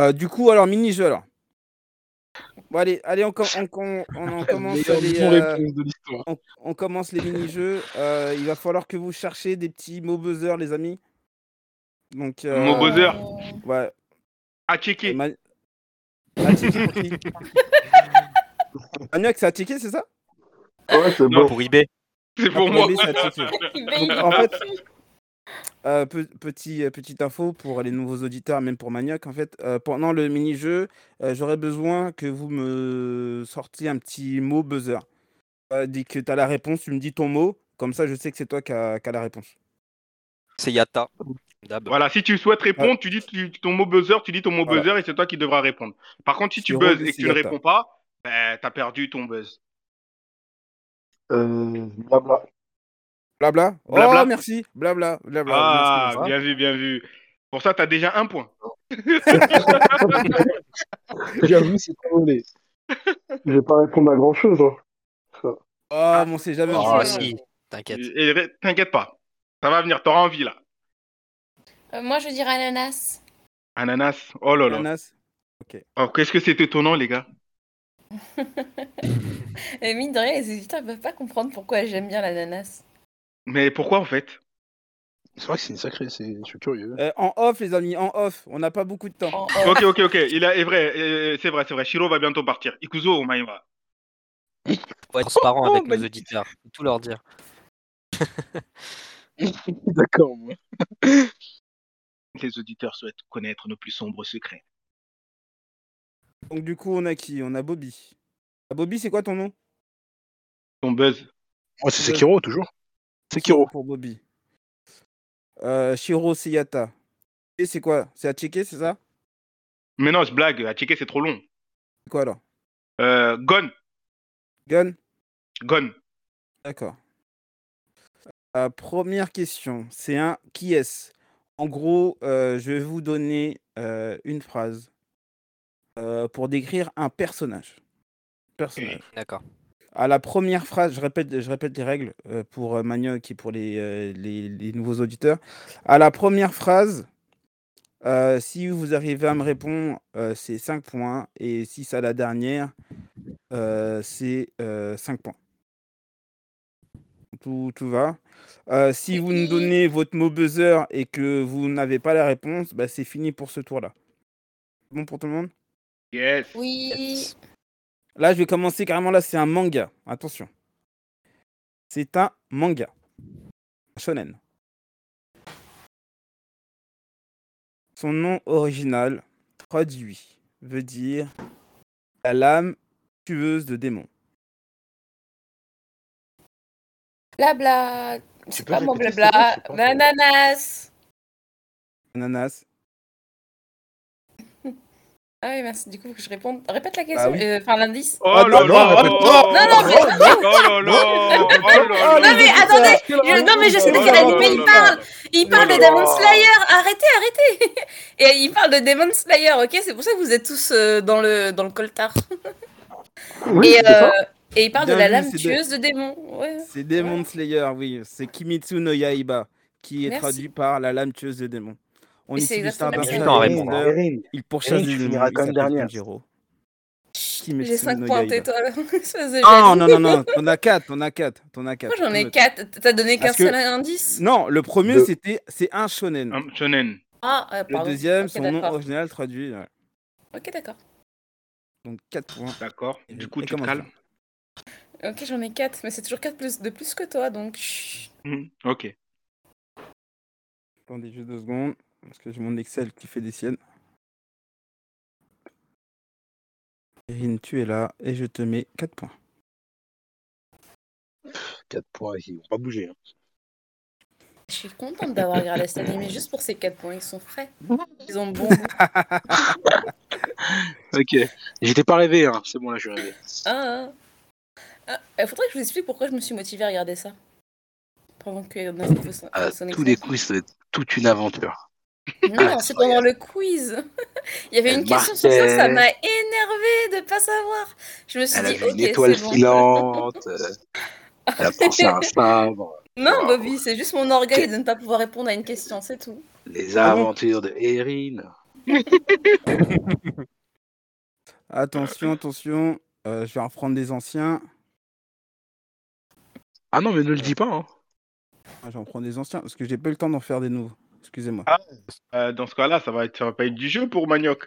Euh, du coup, alors, mini-jeu, alors. Bon, allez, allez on, com- on com- on en commence Meilleure les, euh, non-réponse de l'histoire. on, on commence les mini-jeux. Euh, il va falloir que vous cherchiez des petits mots buzzer, les amis. Donc, euh, Mot buzzer. ouais. À checker. Ma- Ah, c'est qui pour qui Manuel, c'est à ticket, c'est ça Ouais, c'est Non. bon. Pour eBay. C'est pour Ah, moi. mais c'est à ticket. En fait, euh, pe- petit, euh, petite info pour les nouveaux auditeurs, même pour Manioc, en fait, euh, pendant le mini-jeu, euh, j'aurais besoin que vous me sortiez un petit mot buzzer. Euh, dès que tu as la réponse, tu me dis ton mot, comme ça je sais que c'est toi qui as la réponse. C'est Yata. Ah D'hab. Voilà, si tu souhaites répondre, tu dis tu- ton mot buzzer, tu dis ton mot bah. Voilà. buzzer et c'est toi qui devras répondre. Par contre, si tu C'est buzzes Rose et que tu ne Sigata. réponds pas, ben, t'as perdu ton buzz. Euh, blabla. Blabla. Blabla. Oh, merci. Blabla. Blabla. Ah, bah, Merci pour ça. bien vu, bien vu. Pour ça, t'as déjà un point. J'avoue, c'est trop volé. Je vais pas répondre à hein. grand chose. Oh, mais on sait jamais. on Ah, sait jamais. si, t'inquiète. Et ré- t'inquiète pas, ça va venir, t'auras envie là. Euh, moi, je veux dire ananas. Ananas, oh là là. Ananas. Oh, Qu'est-ce que c'est étonnant, les gars. Et mine de rien, les éditeurs ne peuvent pas comprendre pourquoi j'aime bien l'ananas. Mais pourquoi en fait C'est vrai que c'est sacré, je suis curieux. Euh, en off, les amis, en off. On n'a pas beaucoup de temps. En- en- Ok, ok, ok, il a- est vrai, euh, c'est vrai, c'est vrai. Shiro va bientôt partir. Ikuzo, on va. Faut être transparent Oh, avec nos magnifique. auditeurs. Faut Tout leur dire. D'accord, moi. Les auditeurs souhaitent connaître nos plus sombres secrets. Donc, du coup, on a qui On a Bobby. Ah, Bobby, c'est quoi ton nom Ton buzz. Moi, c'est Sekiro, toujours. Sekiro. pour Bobby. Euh, Shiro Seyata. Et c'est quoi C'est à checker, c'est ça Mais non, je blague, à checker, c'est trop long. C'est quoi alors Euh, gone, Gun gone. D'accord. Euh, première question, c'est un qui est-ce En gros, euh, je vais vous donner euh, une phrase euh, pour décrire un personnage. Personnage. D'accord. À la première phrase, je répète, je répète les règles euh, pour euh, Manioc et pour les, euh, les- les nouveaux auditeurs. À la première phrase, euh, si vous arrivez à me répondre, euh, c'est 5 points. Et si c'est à la dernière, euh, c'est 5 points. Tout, tout va. Euh, si vous nous donnez votre mot buzzer et que vous n'avez pas la réponse, bah, c'est fini pour ce tour-là. Bon pour tout le monde Yes. Oui. Là, je vais commencer carrément. Là, c'est un manga. Attention. C'est un manga. Shonen. Son nom original, traduit, veut dire la lame tueuse de démons. Blabla. Tu C'est peux pas mon répéter, blabla. s'il te plaît, je sais pas. L'ananas. Ananas. Ah oui, merci. Du coup, faut que je réponde. Répète la question. Ah oui. euh, Enfin, l'indice. Oh là non, là non, Oh non, non, mais- là là Oh là là Non, mais attendez, je- non, mais je sais de Oh quel là anime là il là parle. là. Il parle Oh de là Demon là. Slayer. Arrêtez, arrêtez. Et il parle de Demon Slayer, ok C'est pour ça que vous êtes tous euh, dans le dans le coltard. Oui, et, c'est ça. euh, et il parle de Bien la vu, lame c'est de- tueuse de démons. Ouais. oh. C'est Demon Slayer, oui. C'est Kimitsu no Yaiba, qui est Merci. traduit par la lame tueuse de démons. On Mais c'est utilise exactement Stardust la même chose. Laser, Attends, Laser, Il pourchasse Eric, des tu démons. finiras il quand même s'appelle dernière. Tanjiro. J'ai Kimetsu 5 no points, Yaiba. tais-toi. Ah non, non, non, t'en as 4, t'en as 4, t'en as 4. Moi j'en ai 4. T'as donné qu'un Parce que- seul indice Non, le premier, Deux. c'était c'est un shonen. Hum, Shonen. Ah, euh, le pardon. deuxième, Ok, son nom d'accord. original traduit. ouais. Ok, d'accord. Donc 4 points. D'accord. Et- Du coup, et tu te comment calmes. Ok, j'en ai 4, mais c'est toujours 4 plus, de plus que toi, donc. chut. Hum, Ok. Attendez juste deux secondes, parce que j'ai mon Excel qui fait des siennes. Erin, tu es là, et je te mets 4 points. 4 points, ils vont pas bouger. hein. Je suis contente d'avoir regardé cet anime juste pour ces 4 points, ils sont frais. Ils ont bon goût. Ok. J'étais pas rêvé, hein. c'est bon, là, je suis rêvé. Ah, ah. Ah, faudrait que je vous explique pourquoi je me suis motivée à regarder ça. Pendant que on a fait son, À son Ah, tous les extrait. coups, c'est toute une aventure. Non, c'est pendant le quiz. Il y avait Elle une question sur ça, ça marquait. m'a énervée de pas savoir. Je me suis Elle dit, avait ok, une étoile c'est bon. filante. euh, Elle a pensé à un sabre. Non, Wow. Bobby, c'est juste mon orgueil de ne pas pouvoir répondre à une question, c'est tout. Les Ah bon aventures de Erin. Attention, attention. Euh, je vais reprendre des anciens. Ah non, mais ne le dis pas. Hein. Ah, J'en prends des anciens parce que j'ai pas eu le temps d'en faire des nouveaux. Excusez-moi. Ah. Euh, dans ce cas-là, ça va, être, ça va pas être du jeu pour Manioc.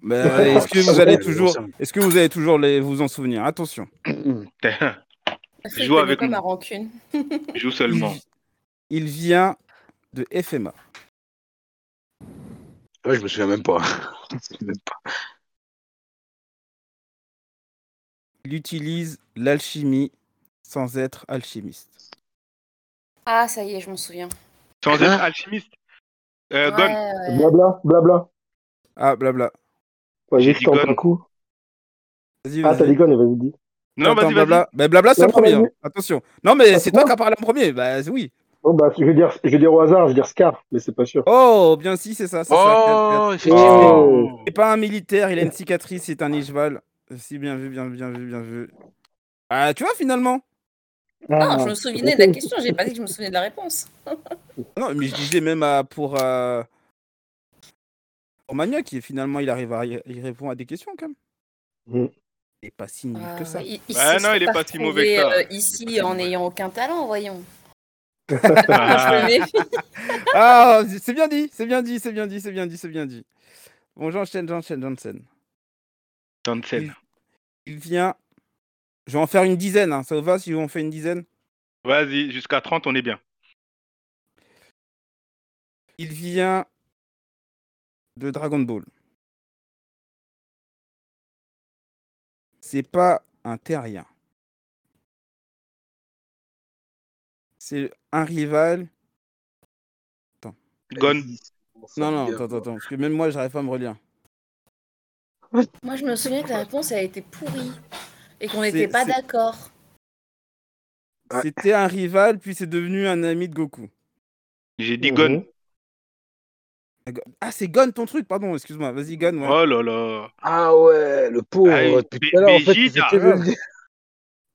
Mais, euh, est-ce que vous allez toujours, est-ce que vous allez toujours les, vous en souvenir Attention. Putain, Après, il Joue connaît avec pas nous. ma rancune. je joue seulement. Il vient de FMA. Ouais, je me souviens même pas. Je me souviens même pas. Il utilise l'alchimie sans être alchimiste. Ah, ça y est, je m'en souviens. Sans être alchimiste. Euh, Ouais, Gon, ouais. Blabla, blabla. Ah, blabla. Vas-y, J'ai je dit tente gonne. un coup. Vas-y, Ah, vas-y. t'as dit gonne, vas-y, dis. Non, Attends, vas-y, vas-y. blabla. Mais blabla, c'est Non, le premier. non, hein. Attention. Non, mais Ah, c'est c'est toi moi qui as parlé en premier. Bah oui. Bon, bah, je vais dire, je vais dire au hasard, je vais dire Scar, mais c'est pas sûr. Oh, bien si, c'est ça. c'est ça. Oh, effectivement. Oh C'est pas un militaire, il a une cicatrice, c'est un Ishval. Si, bien vu, bien vu, bien vu, bien vu. Ah, tu vois, finalement. Non, Ah, je me souvenais de la question, j'ai pas dit que je me souvenais de la réponse. Non, mais je disais même à- pour, euh, pour Magnac, et finalement, il arrive à y- il répond à des questions, quand même. Mm. Il est pas si nul Ah, que ça. il, Bah se non, il serait est pas si mauvais que retrouvé, ça. euh, ici, en n'ayant aucun talent, voyons. Ah. Moi, je me méfie. Ah, c'est bien dit, c'est bien dit, c'est bien dit, c'est bien dit, c'est bien dit. Bon, j'enchaîne, j'enchaîne, j'enchaîne. Tansen. Il vient. Je vais en faire une dizaine, hein. ça vous va si on fait une dizaine Vas-y, jusqu'à 30, on est bien. Il vient de Dragon Ball. C'est pas un terrien. C'est un rival. Gon, Non, non, attends, attends, attends, parce que même moi, j'arrive pas à me relire. Moi, je me souviens que la réponse elle a été pourrie et qu'on C'est- n'était pas c'est- d'accord. Ouais. C'était un rival, puis c'est devenu un ami de Goku. j'ai dit Gon. Mhm. Ah, c'est Gon ton truc, pardon, excuse-moi. Vas-y, Gon. ouais. Oh là là. Ah ouais, le pauvre. Ah, il- Depuis tout à l'heure, en fait, Vegeta. j'étais de le dire.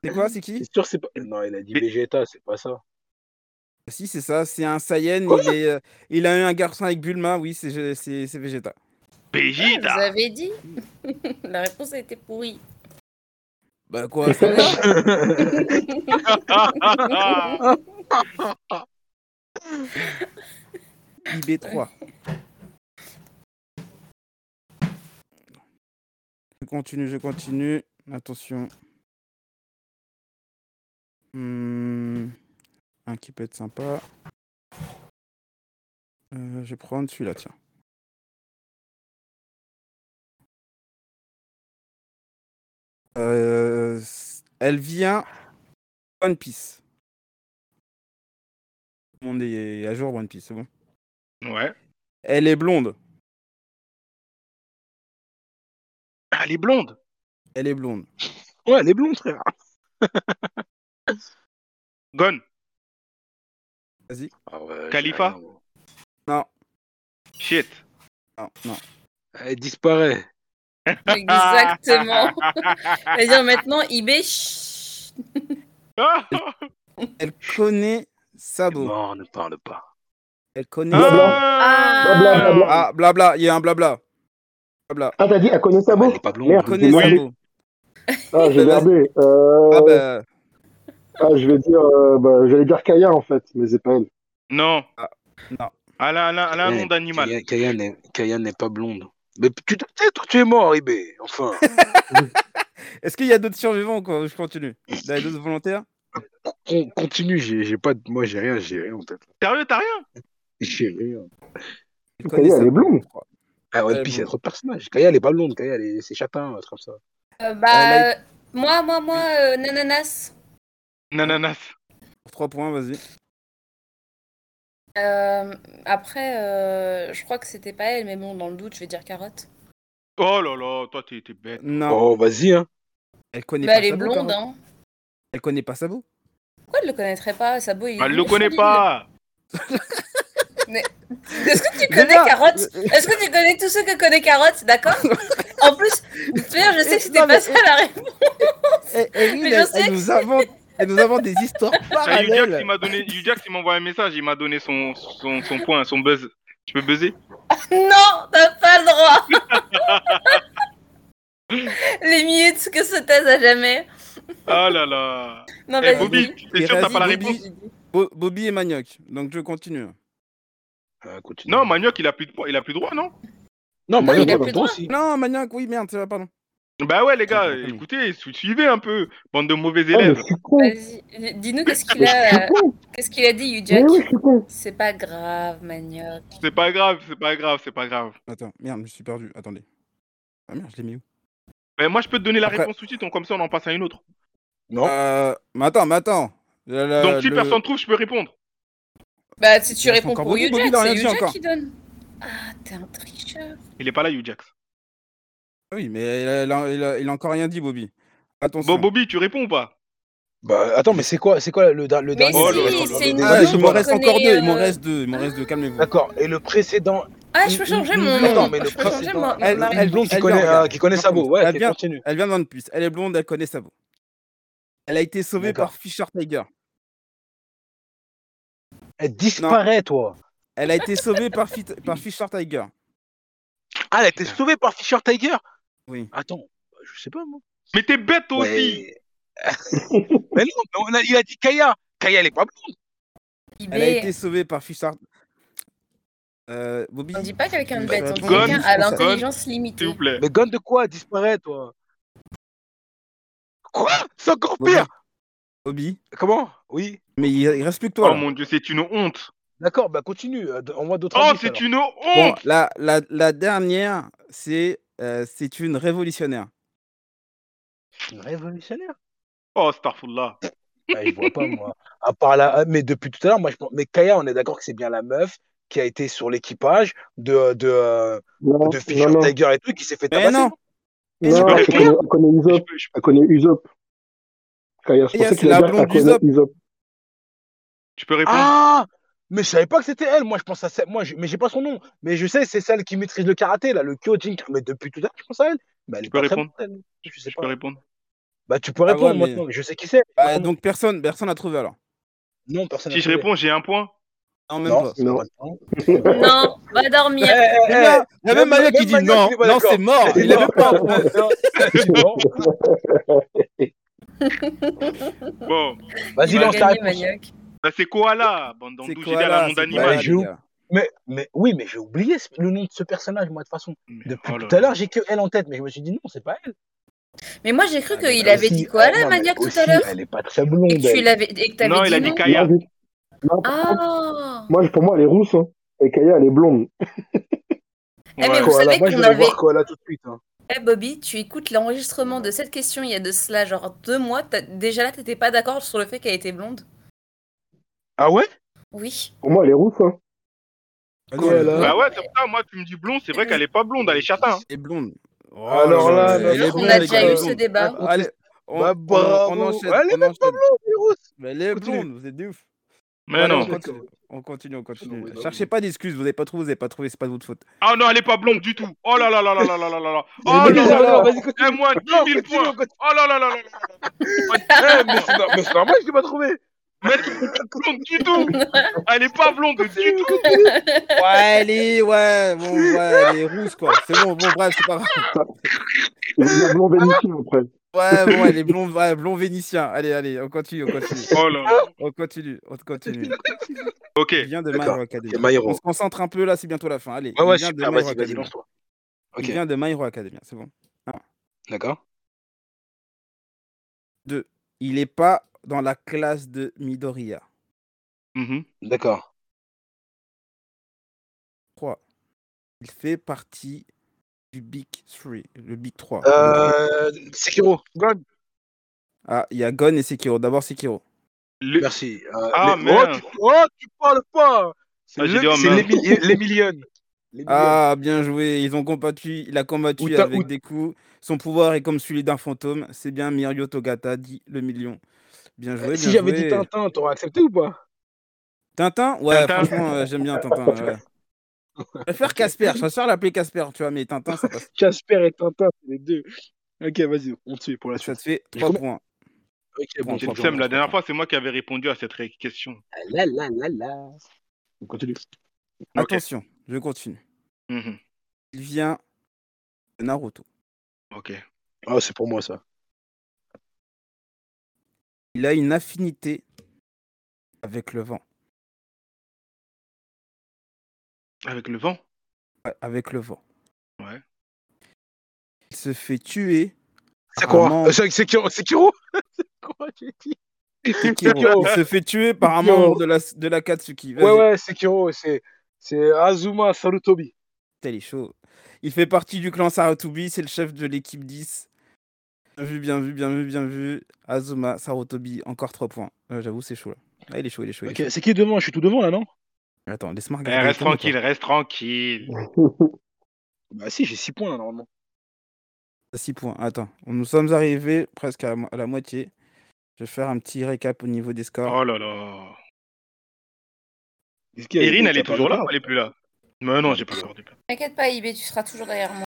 C'est quoi, c'est qui C'est sûr, c'est pas. Non, il a dit Mais- Vegeta, c'est pas ça. Si, c'est ça, c'est un Saiyan. Quoi Il, est, euh, il a eu un garçon avec Bulma, oui, c'est c'est- c'est Vegeta. Ah, je vous Vegeta. avez dit La réponse a été pourrie. Bah quoi, ça va Moi, Ah, IB3. Je continue, je continue. Attention. Hmm, Un qui peut être sympa. Euh, je vais prendre celui-là, tiens. Euh, s- elle vient One Piece. Tout le monde est à jour One Piece, c'est bon. ah. ouais. Elle est blonde. Ah, elle est blonde. Elle est blonde. Ouais, elle est blonde, frère. Gon, Ah ouais, j'ai Khalifa rien, moi. Non, shit. non, Ah, non. Elle disparaît. Exactement. C'est-à-dire maintenant, eBay. chut. Ah, Elle connaît Sabo. Non, ne parle pas. Elle connaît Blabla. Sabo. Ah. Blabla, blabla. Ah, blabla, il y a un blabla. Blabla. Ah, t'as dit, elle connaît sa Elle bouffe est pas blonde. Elle Merde. connaît Oui. Sabo. Ah, j'ai merdé. Euh, Ah bah, ah, je vais dire, euh, bah, j'allais dire Kaya, en fait, mais c'est pas elle. Non. Ah, non. Eh, Elle a, elle a- elle a un nom d'animal. Kaya- Kaya n'est- Kaya n'est pas blonde. Mais tu te tais, toi, tu es mort, Ibé. Enfin. est-ce qu'il y a d'autres survivants ou quoi Je continue. Bah, Il y a d'autres volontaires Con- continue, j'ai j'ai pas. de- Moi, j'ai rien, j'ai rien en tête. Sérieux, t'as rien J'ai rien. Elle Ça y est, elle est blonde. je crois. Ah, Elle ouais, est puis c'est blonde. trop de personnages. Kaya, elle est pas blonde. Kaya, elle est- c'est châtain, un truc comme ça. Euh, Ah, bah, euh, moi, moi, moi, euh, Nananas. Nananas. Pour 3 points, vas-y. Euh, après, euh, je crois que c'était pas elle, mais bon, dans le doute, je vais dire carotte. Oh là là, toi, t'es t'es bête. Non, Oh, vas-y, hein. elle connaît Bah, pas elle est Sabo, blonde, Caro. hein. Elle connaît pas Sabo. Pourquoi elle le connaîtrait pas Sabo, il est Bah, Elle le nul, connaît nul. pas. Est-ce que tu connais Déjà, Carotte euh, Est-ce que tu connais tous ceux que connaît Carotte, d'accord En plus, de toute manière, je sais que c'était Non, mais- pas ça la réponse. eh, Erin, Mais je elle, sais elle que nous invente, elle nous invente des histoires Ah, Yudiax, il parallèles. m'a donné. Yudiax, il m'a envoyé un message. Il m'a donné son, son, son point, son buzz. Tu peux buzzer Non, t'as pas le droit Les minutes que se taisent à jamais. Ah là là Non, Eh, vas-y. Bobby, t'es Et sûr que Ah, t'as vas-y, pas la Bobby. réponse Bo- Bobby et Manioc. Donc je continue. Euh, continue. Non, Manioc, il a plus de points- il a plus droit, non non, Il Mario, a t'as plus le droit. droit aussi. Non, Manioc, oui, merde, c'est vrai, pardon. Bah ouais, les gars, Ah, oui. écoutez, su- suivez un peu, bande de mauvais Ah, mais élèves. je suis con. Mais Vas-y, dis- dis-nous qu'est-ce qu'il je suis a, con. qu'est-ce qu'il a dit, Mais Hugh oui, Jack. je suis con. C'est pas grave, Manioc. C'est pas grave, c'est pas grave, c'est pas grave. Attends, merde, je me suis perdu. Attendez. Ah merde, je l'ai mis où Ben, moi, je peux te donner la Après- réponse tout de suite, donc comme ça, on en passe à une autre. Non. Euh, mais attends, mais attends. Le- le- donc, si Euh, le- personne trouve, je peux répondre. Bah, si tu Bah, réponds encore pour Bobby, Hugh Bobby, Jack, il a rien c'est dit Hugh Jack encore. qui donne. Ah, t'es un tricheur. Il est pas là, Hugh Jax. Ah Oui, mais il a, il a- il a- il a encore rien dit, Bobby. Attention. Bon, Bobby, tu réponds ou pas Bah, attends, mais c'est quoi, c'est quoi le, da- le Mais dernier Oh si, là là, c'est une Ah, minute il me qu'on reste connaît, encore deux. Il me euh, reste deux. Il me reste deux. Calmez-vous. D'accord. Et le précédent. Ah, je peux changer mon Attends, mais le Je peux changer précédent- mon- hein. Elle- ma- elle- blonde qui elle connaît, vient, regarde. euh, qui connaît sa beau. Ouais, Elle ok, vient. continue. Elle vient dans le puce. Elle est blonde. Elle connaît Sabo. Elle a été sauvée D'accord. par Fisher Tiger. Elle disparaît, toi. Elle a été sauvée par, Fit- par Fisher Tiger. Ah, elle a été sauvée par Fisher Tiger. Oui. Attends, bah, je sais pas moi. Mais t'es bête, toi aussi Ouais. mais non, mais on a- il a dit Kaya. Kaya, elle est pas blonde. IB. Elle a été sauvée par Fisher. Euh, Bobby. On dit pas quelqu'un de Je bête, hein, on dit réponds. quelqu'un Gon, à Gon, l'intelligence S'il limitée. vous plaît. Mais gonne de quoi Disparaît, toi. Quoi C'est encore pire. Bobby. Comment Oui. Mais il il reste plus que toi. Oh là. mon dieu, c'est une honte. D'accord, bah continue. euh, d- Envoie d'autres. Oh, indices, c'est alors. une Bon, honte la, la, la dernière, c'est euh, c'est une révolutionnaire. Une révolutionnaire. Oh, Starfullah. Ah, je vois pas, moi. À part la... ah, Mais depuis tout à l'heure, moi, je pense. Mais Kaya, on est d'accord que c'est bien la meuf qui a été sur l'équipage de, euh, de, euh, Non, de Fisher non, non. Tiger et tout, qui s'est fait Mais tabasser. non. Non, peux elle répondre. connaît- elle connaît Je Usopp. peux- je- Elle connaît Usopp. Kaya, c'est pour Kaya, ça c'est qu'il la a dit blonde elle connaît d'Usopp. Usopp. Tu peux répondre Ah Mais je savais pas que c'était elle. Moi, je pense à celle. Moi, je... mais j'ai pas son nom. Mais je sais, c'est celle qui maîtrise le karaté, là, le Kyojin. Mais depuis tout à l'heure, je pense à elle. Mais elle est peux pas très répondre. bonne, elle. Je sais Je pas. peux répondre Bah, tu peux Ah répondre ouais, mais- maintenant. mais Je sais qui c'est. Bah, donc personne personne n'a trouvé alors. Non, personne. n'a Si je trouvé. réponds, j'ai un point. Non, même non, pas. c'est pas Non. vrai, non. Non, va dormir. Eh, eh, eh, Il y a il y a même même- Maya qui même dit Maya non, qui est pas non d'accord. c'est mort, Elle est il avait morte. pas un point. Non. Non. Bon, Il Vas-y, va lance ta gagner, réponse. Maniac. là, c'est Koala, bande C'est d'andouges, j'ai quoi à la là monde C'est Koala, quoi, animal. les je- gars Mais, mais oui, mais j'ai oublié ce- le nom de ce personnage, moi, de toute façon. Mais- Depuis oh là tout à là. l'heure, j'ai que elle en tête, mais je me suis dit non, c'est pas elle. Mais moi, j'ai cru Ah, mais qu'il là avait Aussi- dit quoi, ah, là, non, mais Maniac, tout aussi, à l'heure Elle est pas très blonde. Et que tu elle. l'avais et que t'avais Non, il a dit dit non. Kaya. Non, je- non, Ah Moi, pour moi, elle est rousse. hein. Et Kaya, elle est blonde. Eh, mais Ouais. vous savez Koala, moi, je qu'on vais avait- voir Koala tout de suite. hein. Eh Bobby, tu écoutes l'enregistrement de cette question il y a de cela genre deux mois. t'as- Déjà là, t'étais pas d'accord sur le fait qu'elle était blonde Ah ouais Oui. Pour moi, elle est rousse. hein. Ah non, Koala. elle est blonde. Bah ouais, c'est pour ça, moi, tu me dis blond, c'est Eh, vrai qu'elle est pas blonde, elle est châtain. hein. Elle est blonde. Oh, Alors je- là, elle mais- est Euh, On blonde, a elle est Ah. déjà eu blonde. ce débat. Allez, on, Bah, on- bravo. on enchaîne. Elle est on même pas enchaîne. Virus. Mais elle est Continue. blonde, vous êtes des ouf. Mais Allez, non. On continue, on continue. on continue. Non, oui, bah Cherchez oui. pas d'excuses, vous n'avez pas trouvé, vous n'avez pas trouvé, c'est pas de votre faute. Ah non, elle est pas blonde du tout. Oh là là là là là là là là là. Oh Mais là non, là là. non, vas-y, continue. Eh, moi, 10 Non, 000 continue, points. continue. Oh là là là là là. Eh, mais c'est nor- mais c'est normal, je l'ai pas trouvé. Mais elle est pas blonde du tout. Elle est pas blonde du tout. Ouais, elle est, ouais, bon, ouais, elle est rousse quoi. C'est bon, bon, bref, c'est pas grave. Elle est la blonde vénitine, après. Ouais, bon, elle est blond, ouais, blond vénitien. Allez, allez, on continue, on continue. Oh là là. On continue, on continue. Ok. Il vient de D'accord. My Hero Academy. Ok, My Hero. On se concentre un peu là, c'est bientôt la fin. Allez, Ouais, ouais, il vient super, de My Hero vas-y, vas-y, Academy. lance-toi. Il Ok, vient de My Hero Academy, c'est bon. d'accord. Il est pas dans la classe de Midoriya. Mhm. D'accord. 3. Il fait partie du Big 3, le Big 3. Euh, Sekiro, God. Ah, il y a Gon et Sekiro. D'abord Sekiro. Le- Merci. Euh, Ah, mais- oh, merde. tu... oh, tu parles pas. C'est Ah, j'ai dit, le- oh, c'est merde. les, mil- les millions. Les millions. Ah, bien joué. Ils ont combattu, il a combattu Uta- avec Ut- des coups. Son pouvoir est comme celui d'un fantôme. C'est bien Mirio Togata, dit le million. Bien joué, bien Euh, si j'avais joué. dit Tintin, t'aurais accepté ou pas Tintin Ouais, Tintin. franchement, euh, j'aime bien Tintin. ouais. Je préfère Casper, je préfère l'appeler Casper, tu vois, mais Tintin, ça passe. Jasper et Tintin, c'est les deux. Ok, vas-y, on suit pour la Ça suite. te fait Et 3 comment- points. Ok, bon, trois bon, J'ai le points, seum, trois la dernière points. fois, c'est moi qui avais répondu à cette ré- question. Ah, Là, là, là, là. On continue. Ok. Attention, Je continue. Mhm. Il vient de Naruto. Ok. Ah, c'est pour moi ça. Il a une affinité avec le vent. Avec le vent Ouais, Avec le vent. Ouais. Il se fait tuer. C'est quoi Euh, Ah, Apparemment- C'est c'est Kiro C'est Kiro C'est quoi j'ai dit Tekiro. Tekiro. Il se fait tuer par un Tekiro. membre de la, de la Katsuki. Vas-y, Ouais, ouais, c'est Kiro. C'est c'est Azuma Sarutobi. tel est chaud. Il fait partie du clan Sarutobi, c'est le chef de l'équipe 10. Bien vu, bien vu, bien vu, bien vu. Azuma, Sarutobi, encore 3 points. Euh, J'avoue, c'est chaud là. Ah, il est chaud, il est chaud. il est Ok, c'est qui devant Je suis tout devant là, non chaud. Attends, laisse-moi Eh, regarder. Reste les points, tranquille, reste tranquille. Bah si, j'ai 6 points là normalement. quoi. 6 points. Attends, nous sommes arrivés presque à la, mo- à la moitié. Je vais faire un petit récap au niveau des scores. Oh là là. Est-ce qu'il y a- Erin, t'as elle est pas toujours de là part ou elle est plus là Mais non, j'ai pas peur du peur. T'inquiète pas, IB, tu seras toujours derrière moi.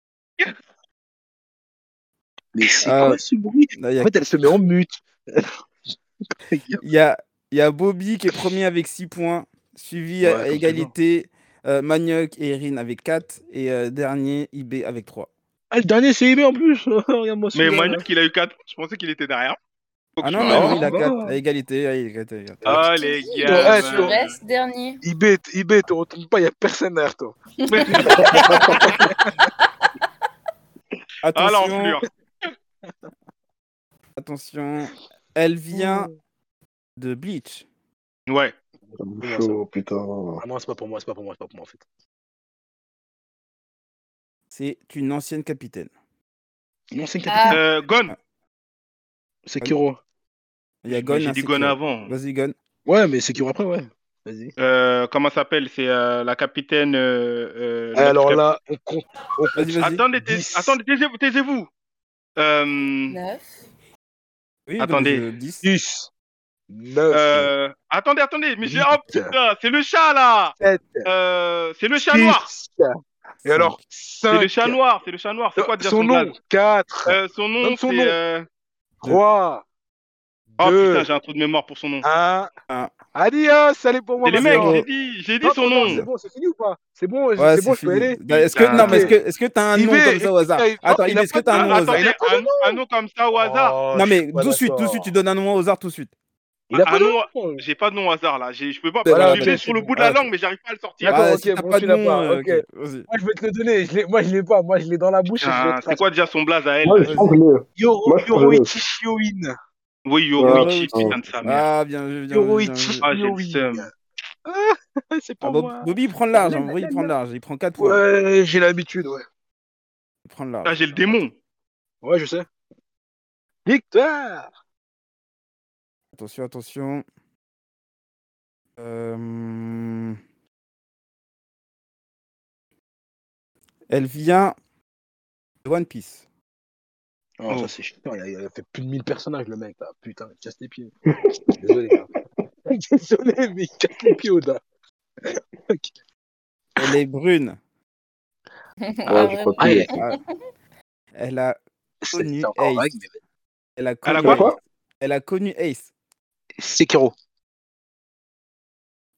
Mais c'est Euh, quoi ce bruit Là, il y, En a- fait, elle se met en mute. il y a, il y a Bobby qui est premier avec 6 points, suivi Ouais, à comme égalité euh, Manioc et Erin avec 4, et euh, dernier IB avec 3. Ah, le dernier c'est aimé en plus Regarde-moi ce Mais gars, là. Maniac, il a eu 4. Je pensais qu'il était derrière. Faut que Ah je non, me non, rende. il a bah. 4 à égalité. à égalité. Ah, Je te les dis, gars. tu ouais. restes dernier. IB, t- IB, te retourne pas, il y a personne derrière toi. Ah, Attention, l'enflure. attention. Elle vient de Bleach. hein. Ouais. Chaud, putain. Ah non, c'est pas pour moi, c'est pas pour moi, c'est pas pour moi en fait. C'est une ancienne capitaine. Non, c'est une capitaine. Ah, Euh, Gon. C'est Kiro. Il y a Gon. J'ai ainsi dit Gon que- avant. Vas-y, Gon. Ouais, mais c'est Kiro après, ouais. Vas-y. Euh, comment s'appelle C'est euh, la capitaine. euh, euh, la- Alors là, on compte. On compte. Vas-y, vas-y. Attendez, tais- Dix. attendez, taisez-vous, taisez-vous. Ah, Euh, 9. Oui, Attendez. donc, euh, 10. 10, 9, euh, attendez, attendez, mais j'ai oh putain, c'est le chat là. 7, Euh, c'est le chat 6. noir. Et alors, C'est 5. le chat noir, c'est le chat noir. C'est quoi déjà son, Son nom blaze 4, Euh, Son nom, Donne son c'est. nom. euh, 3, Oh 2, putain, j'ai un trou de mémoire pour son nom. 1. Un. Ah. Adios, allez pour moi. C'est les ma mecs, sœur. j'ai maintenant. dit, j'ai dit Non, son non, C'est nom. bon, c'est fini ou pas C'est bon, Ouais, c'est bon, c'est je peux fini. aller Bah, Est-ce Ah, que, non, mais est-ce que, est-ce que t'as un Il nom est- comme ça au hasard il- Attends, il il a est- est-ce que pas t'as un de- nom au hasard il Attendez, a pas un, un nom comme ça au hasard. Oh, Non, je suis mais pas tout de suite, tout de d'accord. suite, tu donnes un nom au hasard tout de suite. Il a Ah, pas de non, nom. J'ai pas de nom au hasard là. J'ai- Je peux pas. Voilà, je ok, l'ai c'est sur le bon. bout de la Ah, langue, mais j'arrive pas à le sortir. D'accord, Ah, ok, si t'as bon, pas tu de l'as nom, pas, euh, ok. ok, vas-y. Moi, je vais te le donner. Je l'ai- moi, je l'ai pas. Moi, je l'ai dans la bouche. et je Putain, le Ah, C'est trace. quoi déjà son blaze à elle euh, Moi, je pense que le- Yoro- Moi, je prends le- Yoroichi Shioin. Oui, Ah, Yoroichi, ouais, putain de sa mère. Ah, bien vu, bien vu, bien Yoroichi vu. Ah, j'ai le Shioin. seum. Ah, c'est Ah, pas Bob- moi. Bobby, il prend de large. En vrai, il prend de large. Il prend 4 points. Ouais, j'ai l'habitude, ouais. Il prend de large. Ah, j'ai le démon. Ouais, je sais. Victoire Attention, attention. Euh, Elle vient de One Piece. Oh, Oh. ça c'est chiant, il a, il a fait plus de 1000 personnages le mec là, putain, il casse les pieds. Désolé, hein. gars. Désolé, mais il casse les pieds au dard. Elle est brune. Ah, j'ai pas vraiment. Ah, il Ah. Elle a, Connu C'est encore Ace. vague, mais elle a Elle connu a quoi Ace. Elle a connu Ace. c'est Kiro.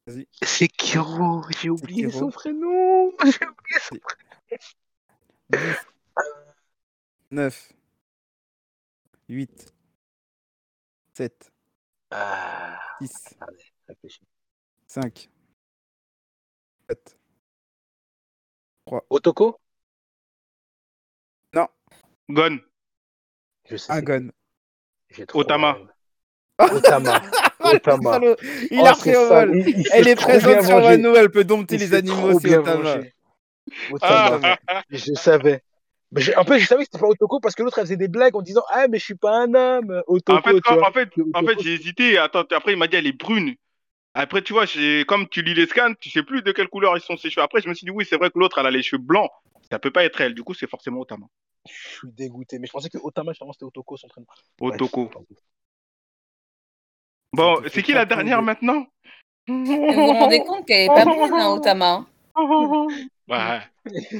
Vas-y. C'est Kiro, j'ai oublié Kiro. son prénom. J'ai oublié son 9, 8, 7, Ah, 6, réfléchis. 5, 4. Otoko Gon. Je sais. Agon. J'ai trop Otama. la haine. Otama. Otama. salaud. Il a pris au vol. Elle est présente sur Wano. Wano, elle peut dompter les animaux, c'est Otama. Otama. Ah, Otama. Je savais. Mais j'ai- en fait, je savais que c'était pas Otoko parce que l'autre, elle faisait des blagues en disant Ah, mais je suis pas un homme, Otoko. en fait, tu vois. en fait, en fait, j'ai hésité. Attends, t- après, il m'a dit, elle est brune. Après, tu vois, j'ai- comme tu lis les scans, tu sais plus de quelle couleur ils sont ses cheveux. Après, je me suis dit, oui, c'est vrai que l'autre, elle a les cheveux blancs. Ça peut pas être elle. Du coup, c'est forcément Otama. Je suis dégoûté. Mais je pensais que Otama, justement, c'était Otoko son prénom. Bref, Otoko. pardon. Oh, Bon, Ça te fait c'est qui la quatre points dernière de- maintenant Vous vous rendez compte qu'elle est pas brune, hein, Otama. hein. Ouais.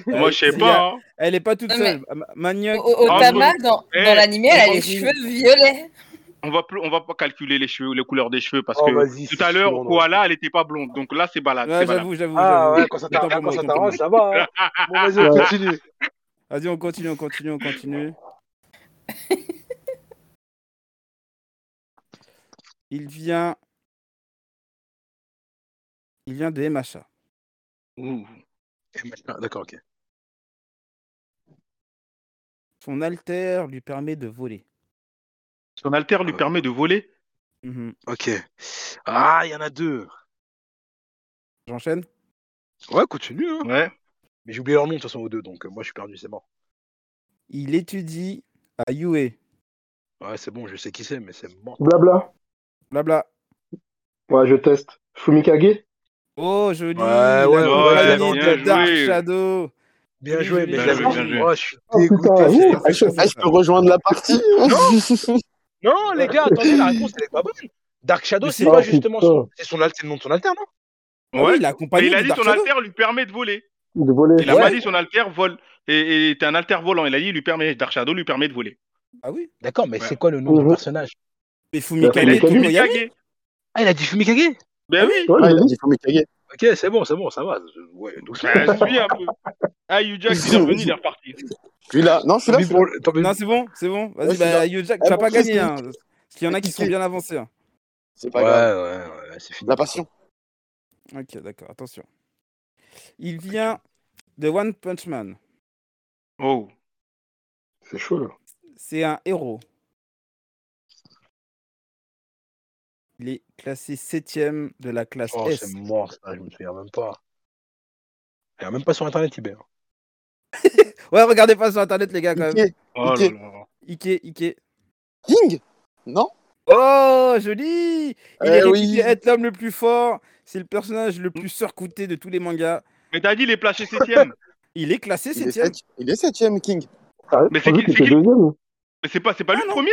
Moi, je sais Il y a- pas. hein. Elle est pas toute Non, mais- seule. Ma- Manioc. O- o- Ah, Otama, dans, Eh, dans l'animé, elle a les Brune. cheveux violets. on va plus, on va pas calculer les cheveux, les couleurs des cheveux parce Oh, vas-y, que tout c'est à l'heure sûr, non. Koala elle était pas blonde donc là c'est balade. Ouais, c'est balade. j'avoue, j'avoue. Ah j'avoue. ouais, quand ça Autant t'arrange, pour quand moi, ça autant pour moi. t'arrange, ça va. hein. Bon, vas-y, on Ouais. continue. Vas-y, on continue, on continue, on continue. Il vient. Il vient de MHA. Ouh. Et maintenant- Ah, D'accord, ok. Son alter lui permet de voler. Son alter lui permet de voler. Mhm. Ok. Ah, il y en a deux. J'enchaîne. Ouais, continue. hein. Ouais. Mais j'ai oublié leur nom de toute façon aux deux, donc euh, moi je suis perdu, c'est mort. Il étudie à UA. Ouais, c'est bon, je sais qui c'est, mais c'est mort. Blabla. Blabla. Ouais, je teste. Fumikage Oh, joli. Ouais, la ouais, ouais, compagnie bien de Dark joué. Shadow. Bien Oui, joué, oui, mais oui. je Bien l'avais joué, bien dit. joué. Oh, je suis Oh, dégoûté. putain, c'est- ouh. Ah, C'est ça, Ah, c'est je ça. peux rejoindre la partie Non, les gars, attendez, la réponse elle est pas bonne. Dark Shadow, Mais c'est si. pas Oh, justement putain. son... C'est son al- c'est le nom de son alter, Ah non oui, Ouais. la Mais compagnie il a de dit Dark son Shadow. alter lui permet de voler. de voler. Il a Ouais. pas dit son alter vole. Et et t'es un alter volant. Il a dit il lui permet. Dark Shadow lui permet de voler. Ah oui. D'accord, mais Ouais. c'est quoi le nom du Mhm. personnage Mais Fumikage, Bah, Il a dit Mikage. Tomoyami. Fumikage. Ah, il a dit Fumikage Ben oui. Ouais, Ah, il il a a dit. dit faut m'écailler. Ok, c'est bon, c'est bon, ça va. Ouais, donc ça. Ben, suis un peu. Ah, Hugh Jack, il est revenu, il est reparti. Je suis là. Non, je suis Tant là. pis je suis pour le- tant pis- Non, c'est bon, c'est bon. Vas-y, Ouais, c'est bah, Yo Jack, tu Ah, vas bon, pas c'est gagner. Hein. Parce qu'il y en a qui sont bien avancés. hein. C'est Ouais, pas grave. ouais, ouais, c'est fini. La passion. Ok, d'accord, attention. Il vient de One Punch Man. Oh. C'est chaud, là. C'est un héros. Il est classé septième de la classe Oh, c'est S. mort, ça, je me souviens même pas. Il y a même pas sur internet, Iber. Ouais, regardez pas sur internet, les gars, quand même. Ike. Oh là Ok. là. Ike, Ike. King Non Oh, joli Il est Eh oui. Mm. réputé être l'homme le plus fort. C'est le personnage le plus surcoté de tous les mangas. Mais t'as dit il est placé septième. Il est classé Il est septième. sept- Il est septième, King. Arrête, Mais je pensais c'est qui- qu'il c'est était qui- deuxième. Mais c'est pas, c'est pas lui Ah, le non. premier.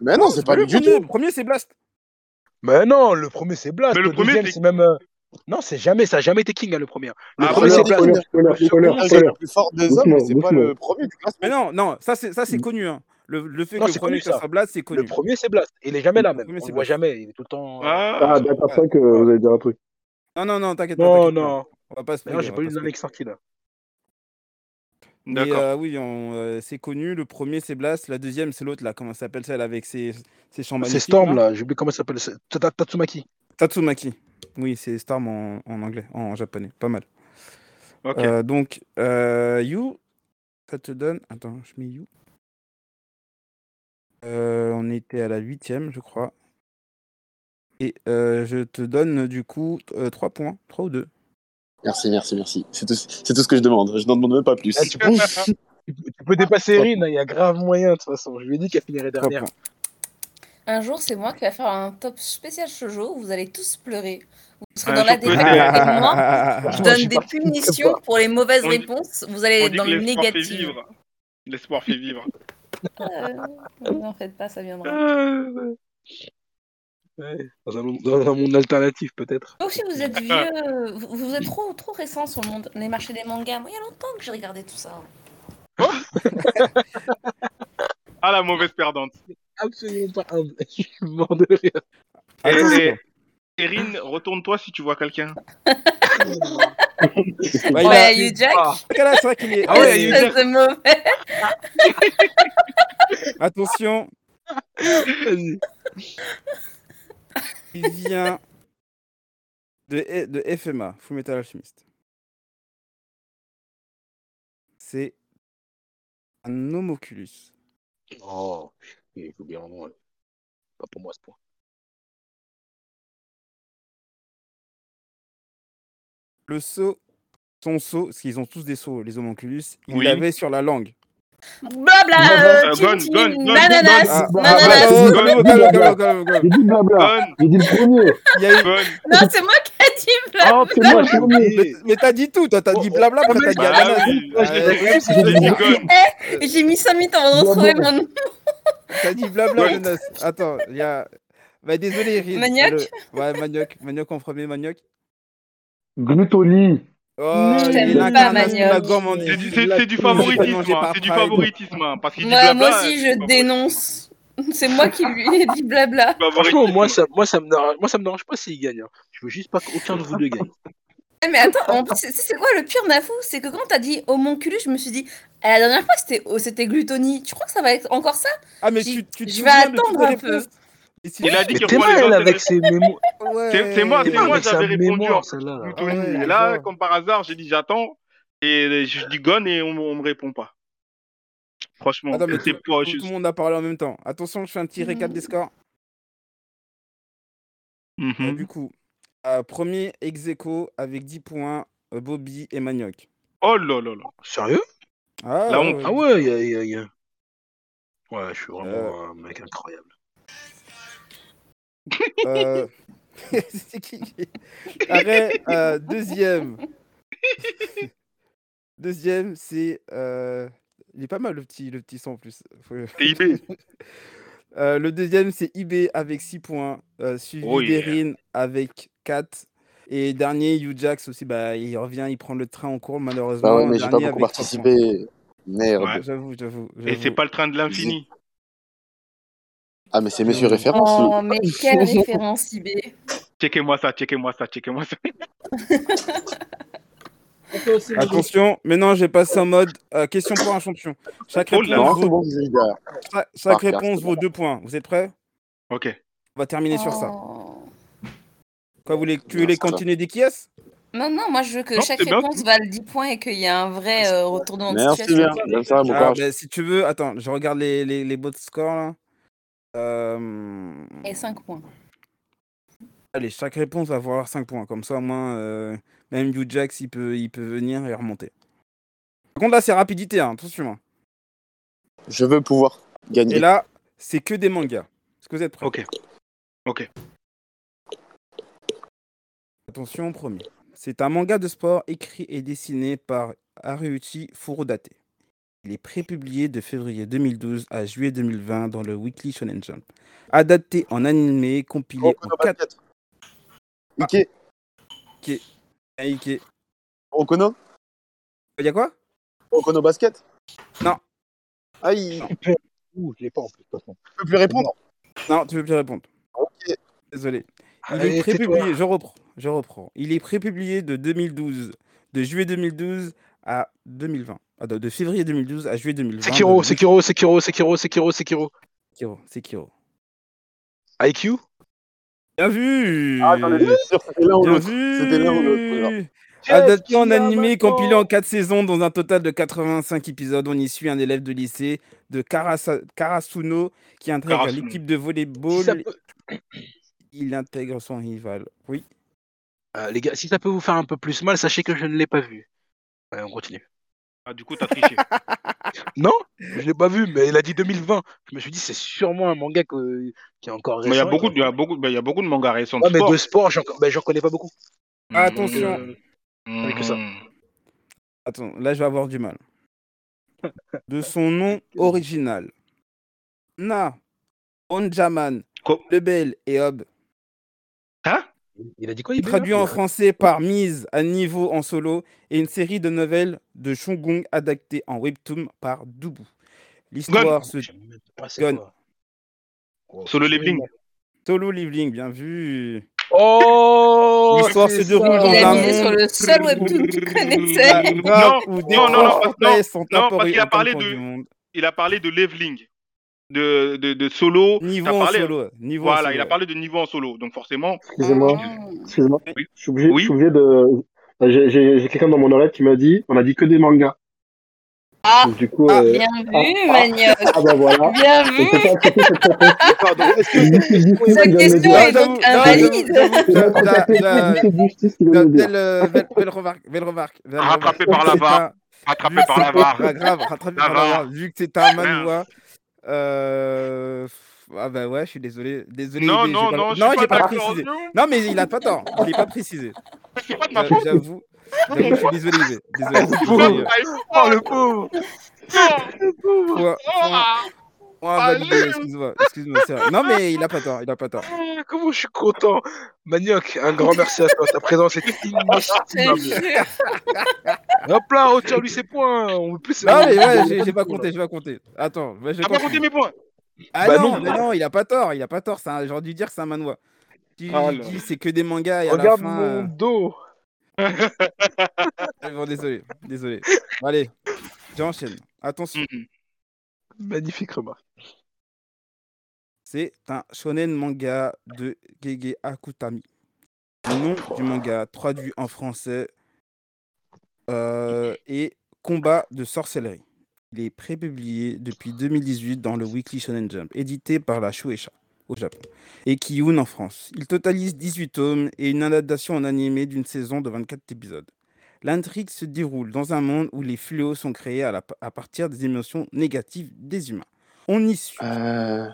Mais Ah non, c'est pas lui du Oh, premier, tout. premier, c'est Blast. Mais non, le premier c'est Blast. Mais le, le premier, deuxième c'est- c'est même. euh, Non, c'est jamais, ça a jamais été King hein, le premier. Le Ah, premier voilà. c'est Black. Blast. Spoiler, spoiler, Le spoiler, second, C'est spoiler. le plus fort des hommes, mais c'est pas le premier du Mais non, classement. non, ça c'est ça Mm. c'est connu. hein. Le, le fait Non, que c'est le premier connu, ça. classe à Blast, c'est connu. Le premier c'est Blast. Il est jamais là Le même. premier, On c'est le voit Blast. jamais. Il est tout le temps. euh, Ah. Ah, d'accord, c'est vrai que vous allez dire un truc. Non, non, non, t'inquiète pas. Non, t'inquiète pas. non. On va pas se D'ailleurs, j'ai spoiler, on pas lu va l'année pas qui est sortie là. se spoiler. Mais D'accord. euh, oui, on, euh, c'est connu. Le premier, c'est Blast. La deuxième, c'est l'autre, là. Comment ça s'appelle celle avec ses, ses chants C'est magnétiques Storm là. J'ai oublié comment ça s'appelle. c'est- Tata- Tatsumaki. Tatsumaki. Oui, c'est Storm en, en anglais, en, japonais. Pas mal. Ok. Euh, donc, euh, You, ça te donne. Attends, je mets You. Euh, on était à la huitième, je crois. Et euh, je te donne du coup 3 points, 3 ou 2. Merci, merci, merci. C'est tout, c'est tout ce que je demande. Je n'en demande même pas plus. Ah, Eh, tu peux- Tu peux- tu peux dépasser Erin. hein, Il y a grave moyen de toute façon. Je lui ai dit qu'elle finirait Trois dernière. points. Un jour, c'est moi qui va faire un top spécial shoujo où vous allez tous pleurer. Vous serez Un dans la jour, défaite avec moi. Je Franchement, donne j'ai des parti comme punitions ça. pour les mauvaises On dit- réponses. Vous On allez dit dans que le l'espoir fait négatif. vivre. L'espoir fait vivre. Euh, N'en faites pas, ça viendra. Ah, Ouais, Dans un monde- dans un monde alternatif peut-être. Vous aussi, vous êtes vieux. Vous, vous êtes trop, trop récent sur le monde, les marchés des mangas. Moi, il y a longtemps que j'ai regardé tout ça. Ah la mauvaise perdante. Absolument pas. humble. Je suis mort de rire. Attention. Eh, eh, Erin, retourne-toi si tu vois quelqu'un. Bah, Ouais, il Ouais, a- you Jack. Ah. Parce que là, c'est vrai qu'il est. Ah ouais, Espèce de mauvais. Attention, Vas-y. il vient de, de FMA, Full Metal Alchemist. C'est un homoculus. Oh, j'ai oublié un nom. Pas pour moi ce point. Le saut, son saut, parce qu'ils ont tous des sauts, les homoculus, il Oui. l'avait sur la langue. Blabla. Euh, tchin, gone, tchin, gone, gone, Nananas. Ah, non, ah, Nananas. non, oh, non, calme, non, calme, non, calme, calme, calme. J'ai dit blabla. Bonne, J'ai dit le premier. Il y a eu- bonne. Non, c'est moi qui ai dit blabla. Oh, c'est moi, j'ai Mais, oublié. mais t'as dit tout, toi, t'as Oh, dit oh, blabla, après t'as Ah, dit Bah ananas. oui. Euh, J'ai mis 5 minutes avant de retrouver mon nom. T'as dit blabla, Ouais. ananas. Attends, il y a. Bah, désolé, Erin. Manioc Le- Ouais, manioc. Manioc en premier, manioc. Glutonie. Oh, Je il t'aime est pas, l'incarnation de la Manioc. gourmandise. C'est du, c'est- c'est du J'ai pas mangé favoritisme, par hein, c'est du pride. favoritisme, hein, parce qu'il dit Bah, Moi, blabla, moi aussi, c'est du je favoritisme. dénonce. C'est moi qui lui ai dit blabla. Tu vas avoir une- Franchement, moi ça, moi, ça me dérange, moi, ça me dérange pas s'il gagne. hein. Je veux juste pas qu'aucun de vous deux gagne. Eh, Mais attends, en plus, c'est c'est quoi le pire, Nafou C'est que quand t'as dit homonculus, je me suis dit, à la dernière fois c'était oh, c'était glutonie. Tu crois que ça va être encore ça Ah, mais J'y- tu, tu te je vais souviens de toutes attendre les un peu. réponses Et si- Il a dit Mais qu'il t'es revoit les mal intérêts. avec ses mémoires. Ouais. C'est- c'est moi, T'es c'est mal moi, avec sa j'avais répondu en- mémoire, celle-là. là. Plutôt nul. ouais, et là, d'accord. comme par hasard, j'ai dit j'attends et je dis gonne et on, on me répond pas. Franchement, Attends, mais c'est tout, pas tout- juste. tout le monde a parlé en même temps. Attention, je fais un petit récap Mhm. des scores. Euh, Mhm. du coup, euh, premier ex aequo avec 10 points, euh, Bobby et Manioc. Oh là là là. Sérieux Ah, La ouais, honte. ouais. Ah ouais, y a, y a- y a- Ouais, je suis vraiment un mec incroyable. Euh, c'est qui qui- Arrête, euh, deuxième. deuxième, c'est. euh, Il est pas mal le petit, le petit son en plus. Faut- TIB. Euh, le deuxième, c'est IB avec 6 points, euh, suivi Oh yeah. d'Erin avec 4. Et dernier, Ujax aussi, bah, il revient, il prend le train en cours, malheureusement. Ah ouais, mais j'ai pas dernier beaucoup avec trois points. participé. Merde. Ouais. J'avoue, j'avoue. Et c'est j'avoue. pas le train de l'infini. Ah, mais c'est monsieur référence. Oh, mais quelle référence, IB. Checkez-moi ça, checkez-moi ça, checkez-moi ça. Attention, maintenant j'ai passé en mode euh, question pour un champion. Chaque Oh là Non, réponse, c'est vaut, bon, vous avez gagné. cha- chaque Parfait, réponse c'est vaut 2 points. Vous êtes prêts Ok. On va terminer sur ça. Oh. Quoi, vous voulez, tu Non, voulais c'est ça. continuer des quiesses Non, non, moi je veux que Non, chaque c'est bien. réponse vaille 10 points et qu'il y a un vrai euh, retournement de Merci situation. bien. Bonne soirée, bon Ah, courage. ben, Si tu veux, attends, je regarde les, les, les beaux scores là. Euh, Et 5 points. Allez, chaque réponse va valoir 5 points. Comme ça, au moins, euh, même Ujax, il peut, il peut venir et remonter. Par contre, là, c'est rapidité, hein, attention. hein. Je veux pouvoir Et gagner. là, c'est que des mangas. Est-ce que vous êtes prêts Ok. Ok. Attention, premier. C'est un manga de sport écrit et dessiné par Haruichi Furudate. Il est prépublié de février 2012 à juillet 2020 dans le Weekly Shonen Jump. Adapté en animé, Oh, compilé en 4 Basket. Ike, Ah, Il Ah. Okono y a quoi Okono Basket Non. Ah, il ne Ouh, je l'ai pas en plus. de toute façon. peut plus répondre. Non, tu veux plus répondre. Ok. Désolé. Ah, Il Allez, est tais-toi. prépublié, je reprends, je reprends. Il est prépublié de 2012, de juillet 2012 à 2020. Ah, de, de février 2012 à juillet 2020. Sekiro, dans le Sekiro, Sekiro, Sekiro, Sekiro, Sekiro. Sekiro, Sekiro. IQ Bien vu Ah, j'en étais sûr, c'était l'un ou Bien l'autre. C'était l'un ou l'autre, c'est vu Adapté Ah, en animé, compilé en 4 saisons dans un total de 85 épisodes, on y suit un élève de lycée de Karasa- Karasuno qui intègre Karasuno. l'équipe de Si ça volleyball. peut- Il intègre son rival. Oui. Euh, les gars, si ça peut vous faire un peu plus mal, sachez que je ne l'ai pas vu. Ouais, on continue. Ah, du coup, t'as triché. Non, je l'ai pas vu, mais il a dit 2020. Je me suis dit, c'est sûrement un manga que- qui est encore récent. Mais il y a beaucoup, de- il y a beaucoup, ben, il y a beaucoup de mangas récents. de Ouais, mais sport. de sport, j'en ben, j'en connais pas beaucoup. Mhm. Attention. Euh, Mhm. que ça. Attends, là je vais avoir du mal. De son nom original. Na, Onjaman, Co- Lebel et Hob. Hein Il a dit quoi il Traduit en français par Mise à niveau en solo et une série de nouvelles de Shungung adaptées en webtoon par Dubu. L'histoire se Gun. Oh, Solo leveling. solo leveling, bien vu. Oh L'histoire c'est se déroule ça. dans Il un a misé monde sur le seul webtoon qu'il connaissait. à grave Non, où des non, non, non, forces parce- non, anglaises sont non, parce apparues qu'il a aux parlé confins de- du monde. Il a parlé de leveling, de, de, de solo. Niveau T'as en parlé- solo. Niveau en Voilà, solo. il a parlé de niveau en solo. Donc forcément, Ah, Excusez-moi. Excusez-moi. Oui. Je suis obligé, Oui. je suis obligé de. Bah, J'ai- J'ai j'ai quelqu'un dans mon oreille qui m'a dit on a dit que des mangas. Ah, Donc, du coup. Ah, euh, bien vu, ah. Manioc. ah bah voilà. Bien Je vu. ne pas accepter cette réponse. Pardon, est-ce que C'est Justice Dixon qui Sa vient de me question dire. est Non, donc j'avoue, invalide. j'avoue, C'est j'avoue, notre la- la- capitaine Justice Dixon qui vient de me dire. Belle, euh, belle, belle remarque, belle remarque. belle remarque. Rattrapé par la C'est VAR. un- attrapé vu par que la c'est- barre. bah, grave, rattrapé La par la VAR. VAR. Vu que c'est un Mince. manoir. Euh... Ah bah ouais, je suis désolé. Désolé. Non, Ibé, j'ai non, pas- non, je non, suis j'ai pas pas d'accord. précisé. Non, mais il a pas tort. Il est pas précisé. C'est pas de ma Euh, faute. J'avoue. J'avoue, je suis désolé. Ibé. Désolé. Non, désolé. Oh le pauvre Point- point- Ah, point validé, Excuse-moi. Excuse-moi. c'est vrai. Non, mais il a pas tort. Il a pas tort. Ah, Comment je suis content Manioc, un grand merci à toi, ta présence est Je inestimable. jure. Hop là, retire-lui ses points, on veut plus... Non, mais ouais, j'ai- j'ai pas compté. J'ai pas compté. Attends, bah, je T'as pas compte. compté mes points. Ah Bah non, non. mais non, il a pas tort, il a pas tort. c'est un- J'aurais dû dire que c'est un manoir. Si Ah je là. dis c'est que des mangas et à Regarde la fin. mon euh, dos. ah, bon, désolé, désolé. Bon, allez, j'enchaîne. Attention, Mhm. Magnifique remarque. c'est un shonen manga de Gege Akutami. Le nom du manga traduit en français euh, est Combat de sorcellerie. Il est prépublié depuis 2018 dans le Weekly Shonen Jump, édité par la Shueisha au Japon et Kiyun en France. Il totalise 18 tomes et une adaptation en animé d'une saison de 24 épisodes. L'intrigue se déroule dans un monde où les fléaux sont créés à, la- à partir des émotions négatives des humains. On y suit Euh...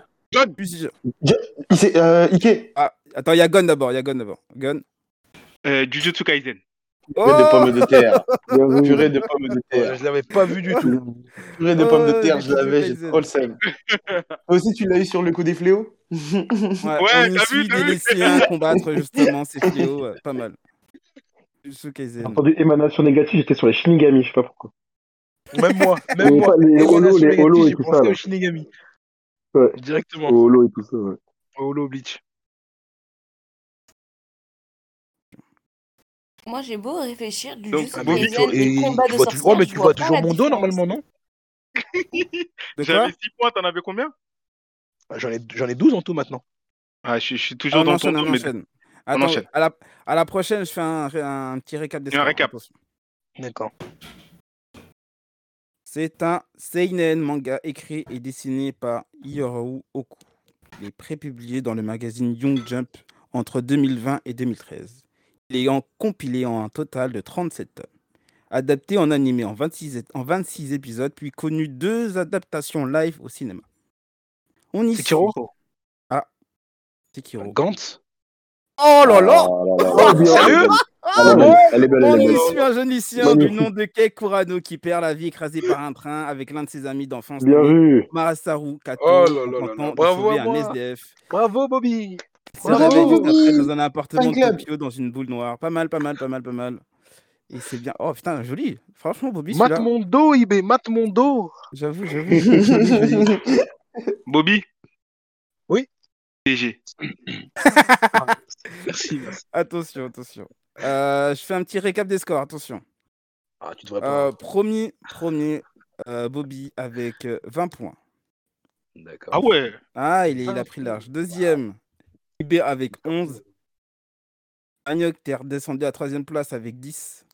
plusieurs... Il s'est- euh, Ike Ah, attends, il y a Gon d'abord, il y a Gon d'abord. Gon. Euh, Jujutsu Kaisen. Purée de Oh pommes de terre. Bien joué. Purée de pommes de terre. Euh, je l'avais pas vu du tout. Purée de Oh, pommes de terre, je Jujutsu l'avais, j'ai Kaisen. trop le seum. Toi aussi, tu l'as eu sur le coup des fléaux Oh, Ouais, Ouais, on y t'as vu, suit t'as des vu lycéens combattre justement ces fléaux, ouais, pas mal. Jujutsu J'ai Kaisen. entendu émanation négative, j'étais sur les Shinigami, je sais pas pourquoi. Même moi, même Les- moi. les Emanation holos, les négative, holos et j'ai tout pensé ça, là. au Shinigami. Ouais. Directement. Au holo et tout ça, ouais. Au holo Bleach. Moi, j'ai beau réfléchir du Donc, Jujutsu Ah, bon, mais Kaisen et combat tu de vois, tu- oh, sorcières, mais je tu vois vois pas toujours la mon dos différence. normalement, non De quoi J'avais 6 points, t'en avais combien Bah, J'en ai, j'en ai 12 en tout maintenant. Ah, je, suis- je suis toujours On dans ton enchaîne, dos, on mais enchaîne. Attends, enchaîne. À, la, à la prochaine, je fais un, ré- un petit récap des Un récap. attention. D'accord. C'est un seinen manga écrit et dessiné par Iorou Oku. Il est prépublié dans le magazine Young Jump entre 2020 et 2013. Il est en- compilé en un total de 37 tomes. Adapté en animé en 26, é- en 26 épisodes, puis connu deux adaptations live au cinéma. On y Sekiro suit Ah. Sekiro. Gantz Oh là là Oh, bien. Ah, Sérieux Elle est belle, elle est belle, On elle est y belle. suit un jeune lycéen du Magnifique. nom de Kei Kurano qui perd la vie écrasé par un train avec l'un de ses amis d'enfance. Bien vu. Marasaru Kato, Oh là là là tentant là, de bravo sauver à un moi. SDF. Bravo Bobby Il se Bravo, réveille juste après Bobby. dans un appartement de Fan club. Tokyo dans une boule noire. Pas mal, pas mal, pas mal, pas mal. Et c'est bien. Oh putain, joli. Franchement, Bobby, Mate celui-là. mon dos, Ibé, mate mon dos J'avoue, j'avoue. Joli, joli. Bobby Oui DG. Merci, merci. Attention, attention. Euh, je fais un petit récap des scores, attention. Ah, tu devrais pas. Euh, premier, premier, euh, Bobby avec euh, 20 points. D'accord. Ah ouais Ah, il, est- il a pris large. Deuxième, IB avec 11. Agnoc est redescendu à troisième place avec 10.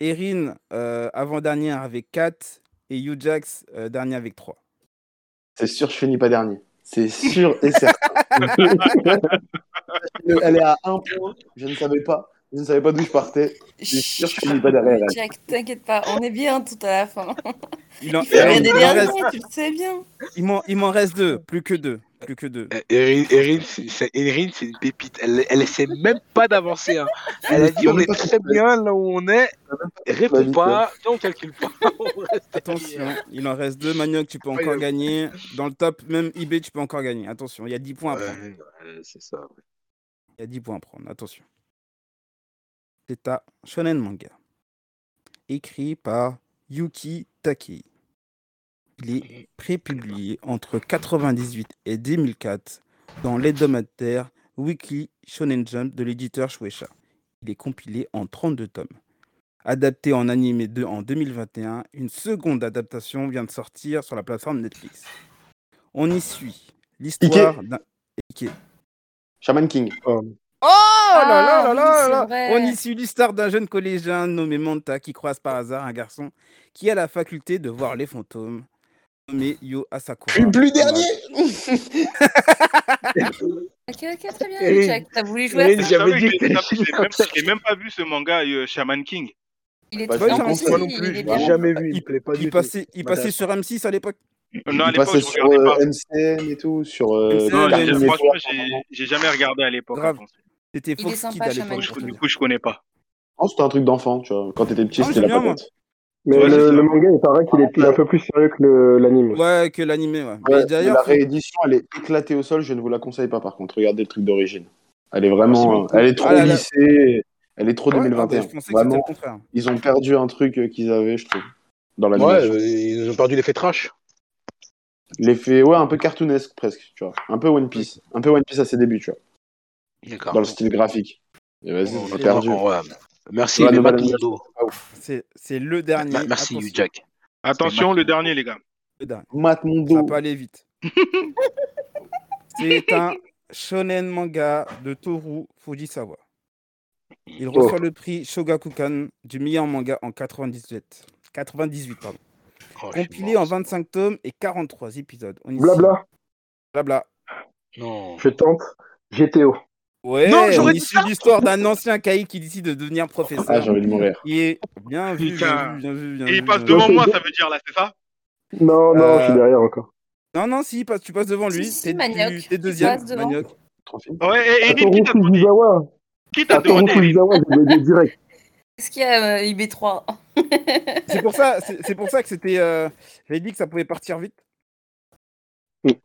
Erin, euh, avant-dernière avec 4. Et Ujax, euh, dernier avec 3. C'est sûr, je finis pas dernier. C'est sûr et certain. elle est à un point. Je ne savais pas. Je ne savais pas d'où je partais. C'est sûr, je finis pas derrière elle. Jack, t'inquiète pas, on est bien tout à la fin. Il, en- Il y a il des en derniers, reste- tu le sais bien. il m'en- il m'en reste deux. Plus que deux. Plus que deux. Eh, Erin, Erin, c'est- c'est Erin, c'est une pépite. Elle, elle essaie même pas d'avancer. hein. Elle a dit on est très bien là où on est. Réponds Vas-y, pas, non, on calcule pas. On reste Attention, il en reste deux. Manioc, tu peux Ouais, encore ouais. gagner. Dans le top, même IB, tu peux encore gagner. Attention, il y a 10 points à prendre. derrière. Ouais, ouais, c'est ça. Il y a 10 points à prendre, attention. C'est un shonen manga. Écrit par Yuki Takei. Il est prépublié entre 1998 et 2004 dans l'hebdomadaire Weekly Shonen Jump de l'éditeur Shueisha. Il est compilé en 32 tomes. Adapté en animé 2 en 2021, une seconde adaptation vient de sortir sur la plateforme Netflix. On y suit l'histoire d'un... Ike. Shaman King. Oh là là là là Ah, oui, là c'est On vrai. y suit l'histoire d'un jeune collégien nommé Manta qui croise par hasard un garçon qui a la faculté de voir les fantômes, nommé Yo Asakura. Je suis Dommage. plus dernier Ok, ok, très bien, Erin. Jack. T'as voulu jouer à Erin, ça j'avais dit Je que l'ai t'étais même, juste comme ça. je l'ai même pas vu ce manga euh, Shaman King. Il est Bah, très je en pense plus, pas non il plus, est je l'ai bien. jamais vu, Il- il, me plaît pas Il du passait, il Madame. passait sur M6 à l'époque Non, à Il passait l'époque, je sur regardais pas. euh, MCN et tout, sur euh, MCN, Non, Cartoon j'ai- Network, franchement, hein. j'ai- j'ai jamais regardé à l'époque. Grave. hein. C'était est Fox Kids sympa, à Shaman l'époque. King. pour te Du dire. coup, je connais pas. Oh, c'était un truc d'enfant, tu vois. Quand t'étais petit, Ah, c'était j'aime la bien, moi. patate. Mais Ouais, c'est le, ça. le manga, il paraît qu'il est, il est un peu plus sérieux que le- l'anime. Ouais, que l'animé, ouais. Ouais, Mais mais d'ailleurs, la faut- réédition, elle est éclatée au sol, je ne vous la conseille pas par contre. Regardez le truc d'origine. Elle est vraiment. beaucoup. Elle est trop Ah là là. lissée. Elle est trop Ah ouais, ah 2021. bah, je pensais que c'était le vraiment, contraire. ils ont perdu un truc euh, qu'ils avaient, je trouve, dans la Ouais, euh, ils ont perdu l'effet trash. L'effet, ouais, un peu cartoonesque presque, tu vois. Un peu One Piece. Un peu One Piece à ses débuts, tu vois. D'accord. Dans le style graphique. Et vas-y, On c'est est perdu. d'accord, ouais. Merci, Ouais, mais mais pas madame- Nintendo. C'est c'est le dernier. Ma- Merci, Attention, Hugh Jack. Attention, le dernier, les gars. le dernier. Mat mon Ça va dos. pas aller vite. C'est un shonen manga de Toru Fujisawa. Il Oh. reçoit le prix Shogakukan du meilleur manga en 98. 98 pardon. Oh, je suis Compilé mort. en 25 tomes et 43 épisodes. On y Blabla, suit- Blabla. Non. je tente. GTO. Ouais, Non, j'aurais on y dit suit l'histoire d'un ancien Kai qui décide de devenir professeur. Ah, j'ai envie de mourir. Il est bien vu, bien Putain. vu, bien vu, bien Et il vu, passe bien devant vu. moi, ça veut dire là, c'est ça Non, non, Euh, je suis derrière encore. Non, non, si, passe- tu passes devant lui. Si, si, T'es Manioc, tu- t'es il deuxième, passe devant. Manioc. Tranquille. Ouais, et Eric, qui Atoru t'a demandé Fujisawa. Qui t'a Atoru demandé Fujisawa, je l'ai dit direct. Qu'est-ce qu'il y a, euh, IB3 Oh, C'est pour ça, c'est c'est pour ça que c'était. euh, J'avais dit que ça pouvait partir vite. Eric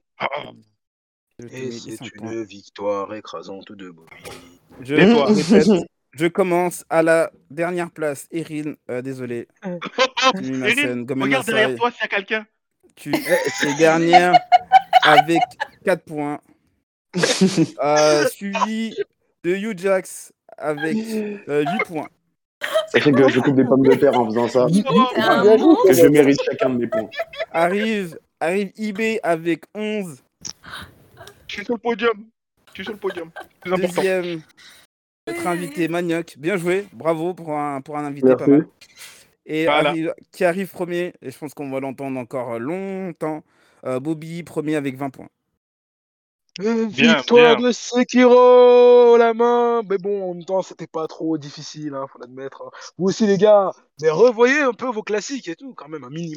Je te mets Et les c'est cinq points. une victoire écrasante de Bobby. Je, Et toi répète, je commence à la dernière place. Erin, euh, désolé. Minasen, Gomen oh, Regarde Nasai. derrière toi s'il y a quelqu'un. Tu es dernière avec 4 points. Euh, suivi de Ujax avec 8 points. Sachez que je coupe des pommes de terre en faisant ça. Oh, c'est un J'avoue monstre. Que je mérite chacun de mes points. Arrive, arrive IB avec 11. Je suis sur le podium. Je suis sur le podium. C'est important. Deuxième, notre invité Manioc. Bien joué, bravo pour un, pour un invité pas Merci. mal. Et Voilà. arrive- qui arrive premier, et je pense qu'on va l'entendre encore longtemps, euh, Bobby premier avec 20 points. Bien, Euh, victoire bien. de Sekiro, la main. Mais bon, en même temps, c'était pas trop difficile, hein, faut l'admettre. hein. Vous aussi, les gars, mais revoyez un peu vos classiques et tout, quand même, un minimum.